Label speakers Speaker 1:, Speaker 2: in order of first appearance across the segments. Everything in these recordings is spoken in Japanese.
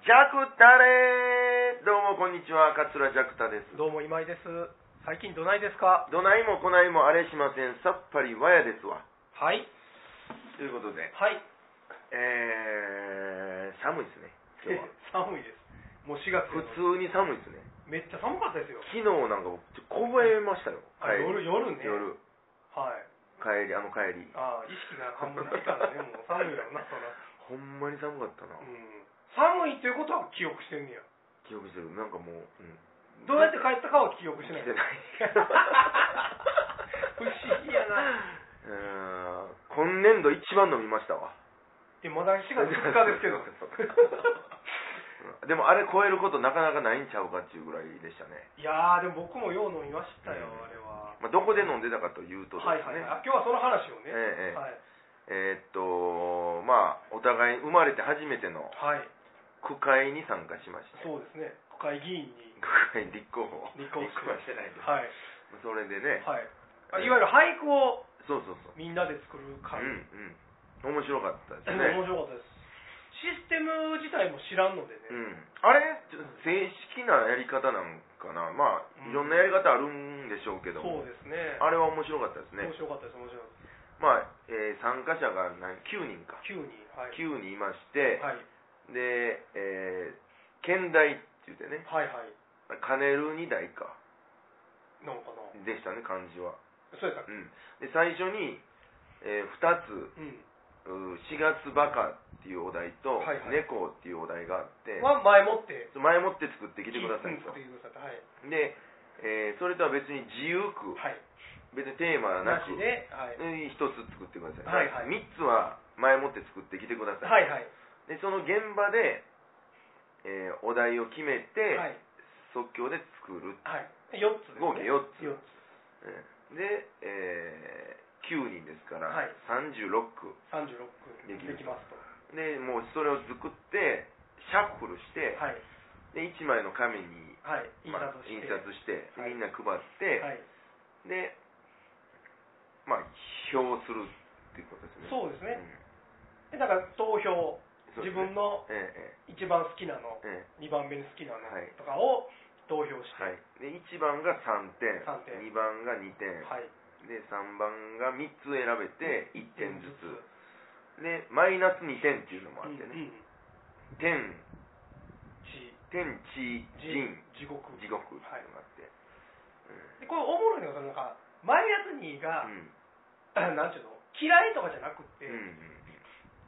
Speaker 1: たれどうもこんにちは桂ジャクタです
Speaker 2: どうも今井です。最近どないですか
Speaker 1: どないもこないもあれしませんさっぱりわやですわ
Speaker 2: はい。
Speaker 1: ということで
Speaker 2: はい。
Speaker 1: えー、寒いですね今日は
Speaker 2: 寒いです。もう4月
Speaker 1: 普
Speaker 2: 普通。
Speaker 1: 通に寒いですね
Speaker 2: めっちゃ寒かったですよ。
Speaker 1: 昨日なんか僕ちょっと凍えましたよ
Speaker 2: あ夜、夜ね。
Speaker 1: 夜
Speaker 2: はい。
Speaker 1: 帰りあの帰り
Speaker 2: ああ、意識が半分ないからね、もう寒いやろな、そら。
Speaker 1: ほんまに寒かったな
Speaker 2: うん。寒いということは記憶してんねや。
Speaker 1: 記憶してるなんかもう、うん、
Speaker 2: どうやって帰ったかは記憶し
Speaker 1: 来て
Speaker 2: な。
Speaker 1: ないい
Speaker 2: 不思議やな。
Speaker 1: うーん今年度一番飲みましたわ
Speaker 2: え、まだ4月2日ですけ ど。
Speaker 1: うんでもあれ超えることなかなかないんちゃうかっていうぐらいでしたね、
Speaker 2: いやー、でも僕もよう飲みましたよ、あれは。
Speaker 1: まあ、どこで飲んでたかというとで
Speaker 2: はい
Speaker 1: す
Speaker 2: はい
Speaker 1: ね、
Speaker 2: はい。あ今日はその話をね。
Speaker 1: ええええ
Speaker 2: はい。
Speaker 1: えーっとまあお互い生まれて初めての
Speaker 2: はい。
Speaker 1: 区会に参加しました
Speaker 2: そうですね。国会議員に
Speaker 1: 区会に立候補
Speaker 2: 立候補しま
Speaker 1: はしてないけど
Speaker 2: はい。
Speaker 1: それでね、
Speaker 2: はい。あいわゆる俳句を
Speaker 1: そうそうそう
Speaker 2: みんなで作る
Speaker 1: う
Speaker 2: 会、
Speaker 1: んうん面白かったですね
Speaker 2: 面白かったです。システム自体も知らんので
Speaker 1: う
Speaker 2: ね。
Speaker 1: ん、あれちょっと正式なやり方なんかなまあ
Speaker 2: うん
Speaker 1: いろんなやり方あるんでしょうけど
Speaker 2: そう
Speaker 1: も、
Speaker 2: ですね。
Speaker 1: あれは面白かったですね
Speaker 2: 面白かったです、面白かっ
Speaker 1: まあ、えー参加者が何9人か
Speaker 2: たです。急に。はい。
Speaker 1: 9人いまして、
Speaker 2: はい。
Speaker 1: で、えー県大って言ってね
Speaker 2: はいはい。
Speaker 1: カネルに大か
Speaker 2: なのかな。
Speaker 1: でしたね漢字は
Speaker 2: そうやったっ
Speaker 1: うんで最初に、え2つ
Speaker 2: けうん。
Speaker 1: う4月バカっていうお題と、
Speaker 2: はいはい
Speaker 1: 猫っていうお題があって
Speaker 2: は前もって。
Speaker 1: 前もって作ってきてください
Speaker 2: うん
Speaker 1: と
Speaker 2: 作ってください。はい。
Speaker 1: で、えーそれとは別に自由句
Speaker 2: はい。
Speaker 1: 別にテーマは
Speaker 2: な
Speaker 1: なく
Speaker 2: しで。はい。
Speaker 1: うん一つ作ってください、
Speaker 2: はいはい
Speaker 1: 3つは前もって作ってきてください、
Speaker 2: はいはい。
Speaker 1: でその現場で、えーお題を決めて、
Speaker 2: はい。
Speaker 1: 即興で作る、
Speaker 2: はい。4つです、ね。
Speaker 1: 合計4つ
Speaker 2: 四
Speaker 1: うんで、え9人ですから、
Speaker 2: はい
Speaker 1: 36句
Speaker 2: 36
Speaker 1: できる
Speaker 2: できますと。
Speaker 1: でもうそれを作ってシャッフルして、
Speaker 2: はい。
Speaker 1: で1枚の紙に、
Speaker 2: はい。印
Speaker 1: ま
Speaker 2: 刷
Speaker 1: あ
Speaker 2: して。
Speaker 1: 印刷して
Speaker 2: はい
Speaker 1: みんな配って、
Speaker 2: はい。
Speaker 1: でまあ表するっていうことですね
Speaker 2: そうです
Speaker 1: う
Speaker 2: ね。
Speaker 1: ん
Speaker 2: でだから投票、
Speaker 1: そうですね
Speaker 2: 自分の
Speaker 1: ええ
Speaker 2: 一番好きなの、
Speaker 1: えええ
Speaker 2: 2番目に好きなの
Speaker 1: はい
Speaker 2: とかを投票して、
Speaker 1: えはい、で1番が3点
Speaker 2: 三点
Speaker 1: 2番が2点、
Speaker 2: はい
Speaker 1: で3番が3つ選べて1点ずつ、
Speaker 2: う
Speaker 1: でマイナス2点っていうのもあっ
Speaker 2: ん
Speaker 1: て
Speaker 2: う
Speaker 1: ね、
Speaker 2: ん、
Speaker 1: 天
Speaker 2: 地
Speaker 1: 天地人
Speaker 2: 地獄
Speaker 1: 地獄っていうの
Speaker 2: はい
Speaker 1: があって、
Speaker 2: でこれおもろいのがそのなんかマイナス2が、
Speaker 1: うん
Speaker 2: なんていうの嫌いとかじゃなくって、
Speaker 1: うんうん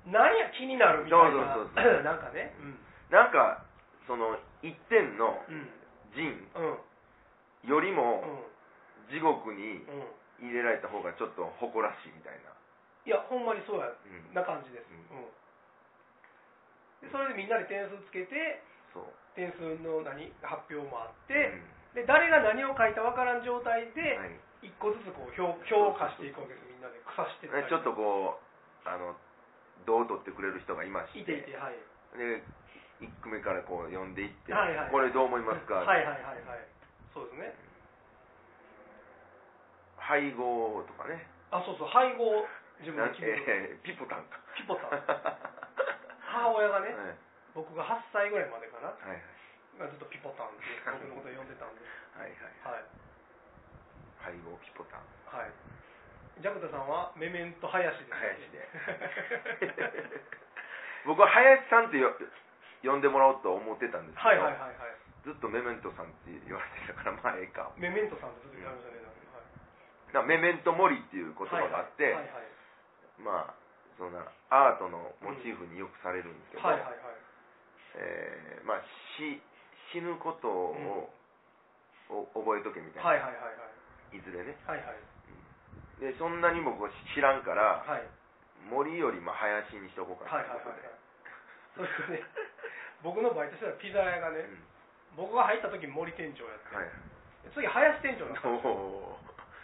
Speaker 2: なんや気になるみたいな
Speaker 1: そうそうそうそ
Speaker 2: なんかねうん
Speaker 1: なんかその1点の
Speaker 2: うん
Speaker 1: 人
Speaker 2: うん
Speaker 1: より
Speaker 2: う
Speaker 1: も
Speaker 2: ん
Speaker 1: 地獄に
Speaker 2: うん
Speaker 1: 入れられた方がちょっと誇らしいみたいな、
Speaker 2: いやほんまにそうや
Speaker 1: うん
Speaker 2: な感じです、
Speaker 1: う
Speaker 2: うんでそれでみんなで点数つけて
Speaker 1: そう
Speaker 2: 点数の何発表もあって、
Speaker 1: うん
Speaker 2: で誰が何を書いたわからん状態で
Speaker 1: はい
Speaker 2: 一個ずつこう評評価していくわけですみんなで腐してったり
Speaker 1: ねちょっとこうあのどう取ってくれる人がいまし
Speaker 2: い
Speaker 1: て
Speaker 2: ていてはい
Speaker 1: で1句目からこう読んでいって、
Speaker 2: はいはい
Speaker 1: これどう思います
Speaker 2: は
Speaker 1: か、
Speaker 2: いはいはいはいそうですね
Speaker 1: 配合とかね
Speaker 2: あそうそう配合自分
Speaker 1: な
Speaker 2: の
Speaker 1: ん
Speaker 2: 決める
Speaker 1: えーピポタンか
Speaker 2: ピポタン母
Speaker 1: 母
Speaker 2: 親が
Speaker 1: ね
Speaker 2: ね僕が8歳ぐらいまでかな
Speaker 1: はいはい
Speaker 2: がずっとピポタンって 僕のこと呼んでたんで
Speaker 1: は
Speaker 2: はい
Speaker 1: いはい配合ピポ タン
Speaker 2: はいジャクタさんはメメント林です
Speaker 1: 林で僕は林さんってよ呼んでもらおうと思ってたんですけど、
Speaker 2: はいはいはいはい
Speaker 1: ずっとメメントさんって言われてたから まあええか
Speaker 2: メメントさんってずっと言われましたねなんか
Speaker 1: なメメントモリっていう言葉
Speaker 2: はい
Speaker 1: があって、
Speaker 2: はいはい
Speaker 1: まあそんなアートのモチーフによくされるんですけど、
Speaker 2: はいはいはい
Speaker 1: えーまあ、死死ぬことを、お覚えとけみたいな、
Speaker 2: はいはいはい
Speaker 1: い、ずれね
Speaker 2: はいはいはい
Speaker 1: でそんなにもこう知らんから
Speaker 2: はい
Speaker 1: 森よりまあ林にしとこうか
Speaker 2: はい
Speaker 1: な
Speaker 2: はいはい
Speaker 1: と
Speaker 2: は
Speaker 1: いうこと
Speaker 2: いそれ
Speaker 1: で
Speaker 2: とね僕のバイトしてたピザ屋がね、
Speaker 1: うん
Speaker 2: 僕が入った時森店長やって、
Speaker 1: はい
Speaker 2: 次林店長だったん
Speaker 1: おお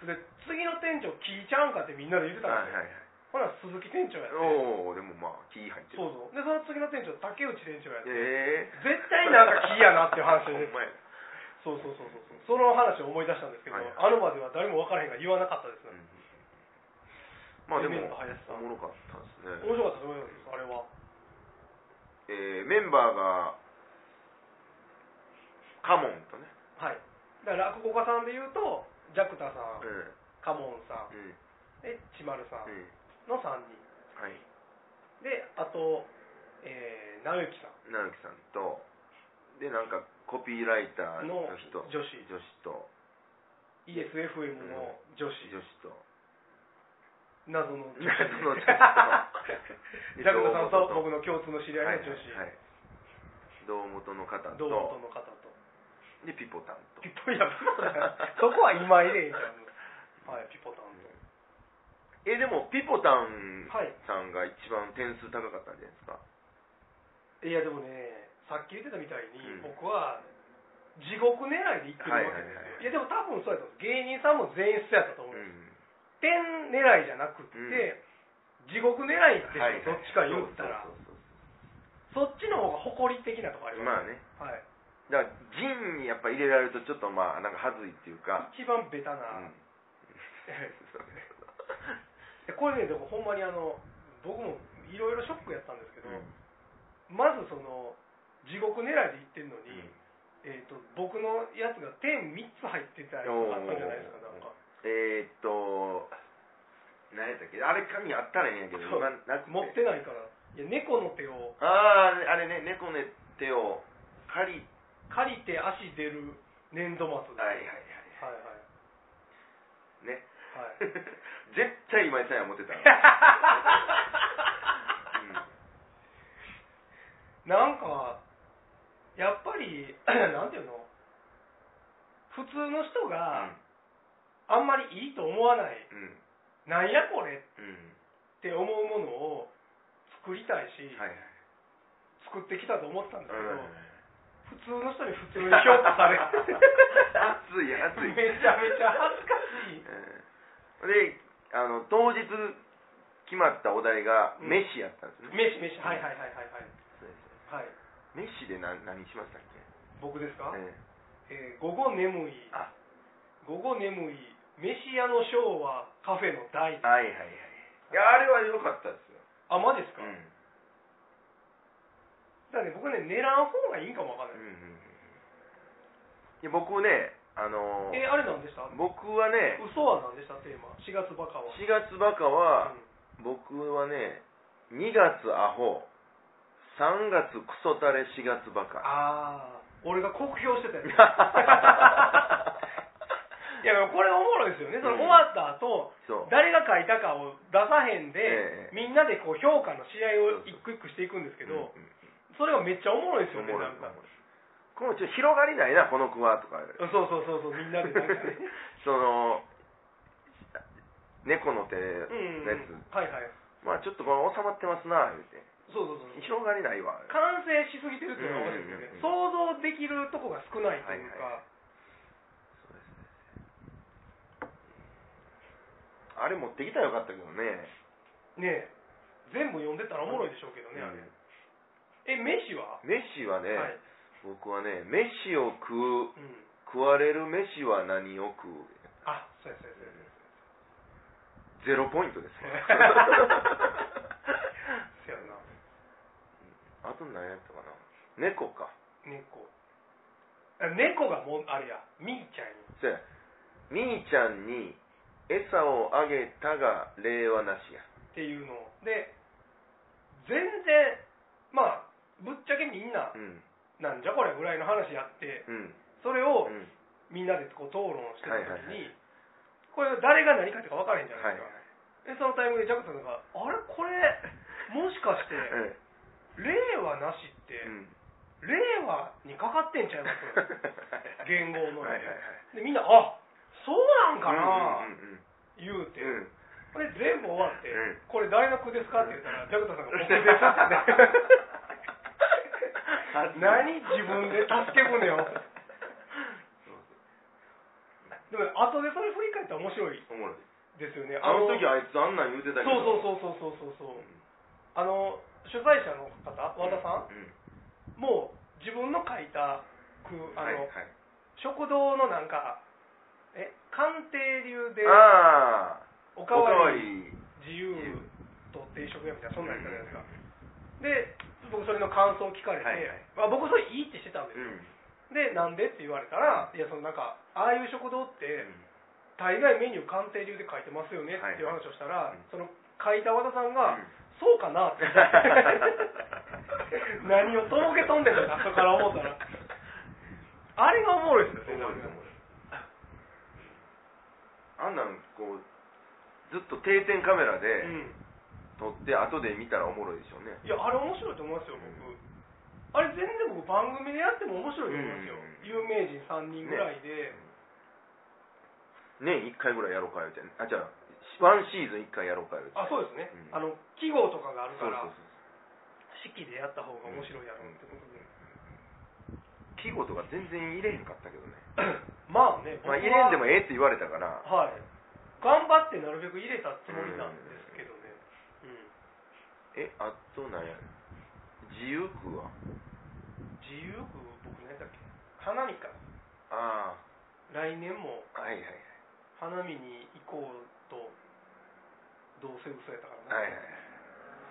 Speaker 2: ですよで次の店長聞いちゃうんかってみんなで言ってた
Speaker 1: は
Speaker 2: ん
Speaker 1: い
Speaker 2: ですよ、
Speaker 1: はい
Speaker 2: ほら鈴木店長やって
Speaker 1: おおでもまあ木入ってる
Speaker 2: そうそうでその次の店長竹内店長やって、
Speaker 1: ええ
Speaker 2: 絶対なんか木やなっていう話
Speaker 1: ほん
Speaker 2: で
Speaker 1: まや
Speaker 2: そうそうそうそうその話を思い出したんですけど、
Speaker 1: はいはい
Speaker 2: あの場では誰も分からへんから言わなかったです
Speaker 1: う
Speaker 2: ね、
Speaker 1: んまあでも
Speaker 2: メンバー林さん
Speaker 1: おもろかったですね
Speaker 2: 面白かったと思いますあれは
Speaker 1: えーメンバーがカモンとね、
Speaker 2: はいだから落語家さんで言うとジャクタさん、
Speaker 1: うん
Speaker 2: カモンさん
Speaker 1: うん
Speaker 2: でちまるさん
Speaker 1: うん
Speaker 2: の3人
Speaker 1: はい
Speaker 2: であと、えー、直之さん
Speaker 1: 直樹さんとでなんかコピーライター
Speaker 2: の
Speaker 1: の人
Speaker 2: 女子
Speaker 1: 女子と
Speaker 2: ESFM の女子、
Speaker 1: 女子と
Speaker 2: 謎の女子
Speaker 1: 謎の女子
Speaker 2: ジャクタさんと僕の共通の知り合いの女子、
Speaker 1: はいはい、堂本の方
Speaker 2: 同
Speaker 1: と
Speaker 2: 元の方と
Speaker 1: でピポタンと
Speaker 2: ピポいやピポタンそこは今井でいいじゃんはいピポタンと
Speaker 1: えでもピポタン
Speaker 2: はい
Speaker 1: さんが一番点数高かったんじゃないですか、
Speaker 2: いやでもねさっき言ってたみたいに、
Speaker 1: うん
Speaker 2: 僕は地獄狙いで行ってるわけですよ、
Speaker 1: はいはいはい
Speaker 2: いやでも多分そうやと思う芸人さんも全員そうやったと思
Speaker 1: う
Speaker 2: う、
Speaker 1: ん、
Speaker 2: 点狙いじゃなくって、
Speaker 1: うん
Speaker 2: 地獄狙いって
Speaker 1: はい
Speaker 2: どっちか言ったら、
Speaker 1: そうそうそう
Speaker 2: そっちの方が誇り的なとこあ
Speaker 1: そ
Speaker 2: り
Speaker 1: う
Speaker 2: ま
Speaker 1: まあね
Speaker 2: す、はい、
Speaker 1: だから陣にやっぱ入れられるとちょっとまあなんか恥ずいっていうか、
Speaker 2: 一番ベタ
Speaker 1: う
Speaker 2: な、
Speaker 1: ん、
Speaker 2: でこれねでもほんまにあの僕もいろいろショックやったんですけど、
Speaker 1: うん
Speaker 2: まずその地獄 狙いで行ってんの に、
Speaker 1: うん
Speaker 2: えー、と僕のやつが点3つ入ってたやつがあったじゃないですかなんか
Speaker 1: えー、っと何やったっけあれ紙あったらいいんやけど
Speaker 2: そう
Speaker 1: 今なく
Speaker 2: 持ってないからいや猫の手を
Speaker 1: あああれね猫の手を借り
Speaker 2: 借りて足出る粘土松
Speaker 1: はいはい
Speaker 2: はいはい
Speaker 1: はいね
Speaker 2: はい
Speaker 1: 絶対今井さんや思ってた
Speaker 2: なんかやっぱり なんていうの普通の人があんまりいいと思わない、
Speaker 1: うんうん
Speaker 2: なんやこれっ
Speaker 1: うん
Speaker 2: て思うものを作りたいし、
Speaker 1: はいはい
Speaker 2: 作ってきたと思ってたんですけど、普
Speaker 1: う
Speaker 2: 通の人に普通に評価され
Speaker 1: 熱い熱い
Speaker 2: めちゃめちゃ恥ずかしい
Speaker 1: んであの当日決まったお題が
Speaker 2: うん
Speaker 1: メシやったんですね、
Speaker 2: 飯飯はいはいはいはい
Speaker 1: そうです
Speaker 2: はいはい
Speaker 1: メシで何何しましたっけ、
Speaker 2: 僕ですか、
Speaker 1: え
Speaker 2: えー午後眠い
Speaker 1: えあ
Speaker 2: 午後眠い飯屋のショーはカフェの大
Speaker 1: はいはいはいいやあれは良かったですよ、
Speaker 2: あマジですか、
Speaker 1: うん
Speaker 2: だからね僕ね狙う方がいいんかもわかんない、
Speaker 1: うんうんうん、いや僕ねあの
Speaker 2: えーあれなんでした
Speaker 1: 僕はね
Speaker 2: 嘘は何でしたテーマ4月バカは
Speaker 1: 4月バカは、
Speaker 2: うん
Speaker 1: 僕はね2月アホ3月クソタレ4月バ カ
Speaker 2: ああ俺が酷評してたや つい
Speaker 1: い
Speaker 2: やでもこれおもろいですよね、その終わった後
Speaker 1: そう
Speaker 2: 誰が書いたかを出さへんで、
Speaker 1: ええ
Speaker 2: みんなでこう評価の試合を一個一個していくんですけ
Speaker 1: うんうん
Speaker 2: ど、それがめっちゃおもろいですよね
Speaker 1: おもろい
Speaker 2: なんか
Speaker 1: おもろいこのちょっと広がりないなこの句はとか
Speaker 2: そうそうそうそうみんなでなんかね
Speaker 1: その猫の手
Speaker 2: うんうん
Speaker 1: のやつ、
Speaker 2: はいはい
Speaker 1: まあちょっとこれ収まってますな言うて
Speaker 2: そうそうそう
Speaker 1: 広がりないわ
Speaker 2: 完成しすぎてるっていうのが面白いですよね、想像できるとこが少ないという
Speaker 1: は
Speaker 2: か、
Speaker 1: そうですねあれ持ってきたらよかったけどね
Speaker 2: ねえ全部読んでたらおもろいでしょうけどね、あれえ飯は、
Speaker 1: メシはね、
Speaker 2: はい、
Speaker 1: 僕はね飯を食う
Speaker 2: うん、
Speaker 1: 食われる飯は何を食う
Speaker 2: あそうやそうやそうや
Speaker 1: ゼロポイントです ね
Speaker 2: そうやな
Speaker 1: あと何やったかな猫か
Speaker 2: 猫あ猫がもうあれやみーちゃんに
Speaker 1: そうやみーちゃんに餌をあげたが礼はなしや
Speaker 2: っていうので全然まあぶっちゃけみんな
Speaker 1: うん
Speaker 2: なんじゃこれぐらいの話やって
Speaker 1: うん
Speaker 2: それを
Speaker 1: うん
Speaker 2: みんなでこう討論してる時
Speaker 1: はいはい
Speaker 2: にこれ誰が何かってか分からへんじゃ
Speaker 1: は
Speaker 2: ない
Speaker 1: い
Speaker 2: ですか、でそのタイミングでジャクソンが「あれこれもしかして
Speaker 1: え
Speaker 2: 令和なしって
Speaker 1: えうん
Speaker 2: 令和にかかってんちゃいます言語の
Speaker 1: はいはいはい
Speaker 2: でみんな「あそうなんか
Speaker 1: う
Speaker 2: な」
Speaker 1: んうん
Speaker 2: 言うて
Speaker 1: うんうん
Speaker 2: これ全部終わって
Speaker 1: うん
Speaker 2: 「これ誰の句ですか?」って言ったらジャクソンさんが「僕です」 って 何自分で助け舟をでも後でそれ振り返ったら面白い
Speaker 1: おもろい
Speaker 2: ですよね
Speaker 1: あの時あいつあんなん言うてたけどうそ
Speaker 2: そ
Speaker 1: う
Speaker 2: うそうそうそうそうそうそうあの主催者の方和田さん、
Speaker 1: うん
Speaker 2: もう自分の書いた句あ
Speaker 1: はい
Speaker 2: の、
Speaker 1: はい
Speaker 2: 食堂のなんかえ鑑定流で
Speaker 1: ああ
Speaker 2: お
Speaker 1: お
Speaker 2: かわり
Speaker 1: り
Speaker 2: 自由と定食屋みたいなそんなんやったじゃないですかで僕それの感想を聞かれて、
Speaker 1: はい
Speaker 2: あ
Speaker 1: はい
Speaker 2: 僕それいいってしてたんです
Speaker 1: う
Speaker 2: よ、
Speaker 1: ん
Speaker 2: でなんでって言われたら、
Speaker 1: う
Speaker 2: いやそのなんかああいう食堂って大概メニュー鑑定流で書いてますよねっていう話をしたら、
Speaker 1: はいうん
Speaker 2: その書いた和田さん
Speaker 1: う
Speaker 2: が、
Speaker 1: ん
Speaker 2: そうかなって言 った何をとぼけとんねんのか後から思ったらあれがおもろいですよね
Speaker 1: あんなんこうずっと定点カメラ
Speaker 2: う
Speaker 1: で
Speaker 2: ん
Speaker 1: 撮って後で見たらおもろいでしょうね
Speaker 2: いやあれ面白いと思いますよ僕あれ全然僕番組でやっても面白いと思いますよ、有名人3人ぐらいで、
Speaker 1: 年1回ぐらいやろうかよってあじゃあワンシーズン1回やろうかよって
Speaker 2: あそうですね、
Speaker 1: うん
Speaker 2: あの記号とかがある
Speaker 1: そ
Speaker 2: か
Speaker 1: うそう
Speaker 2: ら
Speaker 1: そう
Speaker 2: 式でやった方が面白いやろうってことで、
Speaker 1: 季語とか全然入れへんかったけどね、
Speaker 2: まあね僕
Speaker 1: まあ、
Speaker 2: は
Speaker 1: 入れんでもええって言われたから
Speaker 2: はい頑張ってなるべく入れたつもりなんですけどね、うん
Speaker 1: えあとなんや自由句は
Speaker 2: 自由句僕何だっけ花見か
Speaker 1: あ
Speaker 2: 来年も
Speaker 1: あはいはい
Speaker 2: 花見に行こうとどうせ嘘やったから
Speaker 1: はいはい
Speaker 2: な、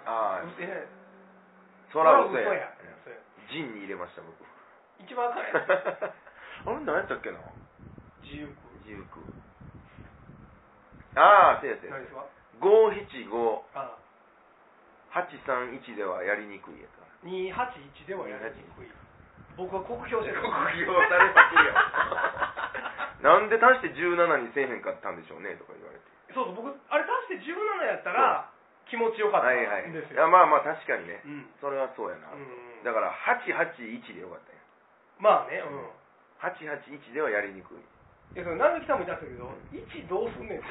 Speaker 1: ああ
Speaker 2: 嘘や
Speaker 1: そら嘘
Speaker 2: そ
Speaker 1: や
Speaker 2: ら嘘や
Speaker 1: ジンに入れました僕
Speaker 2: 一番赤い
Speaker 1: あれ何やったっけな
Speaker 2: 自由
Speaker 1: 自由句ああせやせ
Speaker 2: 句
Speaker 1: や
Speaker 2: 何ですか
Speaker 1: 五七五
Speaker 2: あ
Speaker 1: 八三一ではやりにくいや つ
Speaker 2: 281ではやりにくい僕は酷評してた
Speaker 1: 酷評されまくりや なんで足して17にせえへんかったんでしょうねとか言われて
Speaker 2: そうそう僕あれ出して17やったら気持ちよかった
Speaker 1: はいはい
Speaker 2: ん
Speaker 1: い
Speaker 2: です
Speaker 1: や
Speaker 2: よ、
Speaker 1: まあまあ確かにね
Speaker 2: うん
Speaker 1: それはそうやな、
Speaker 2: うん
Speaker 1: だから881でよかったよ
Speaker 2: まあねうん
Speaker 1: 881ではやりにくい
Speaker 2: いやその南月さんも言ってたんですけど1どうすんねんって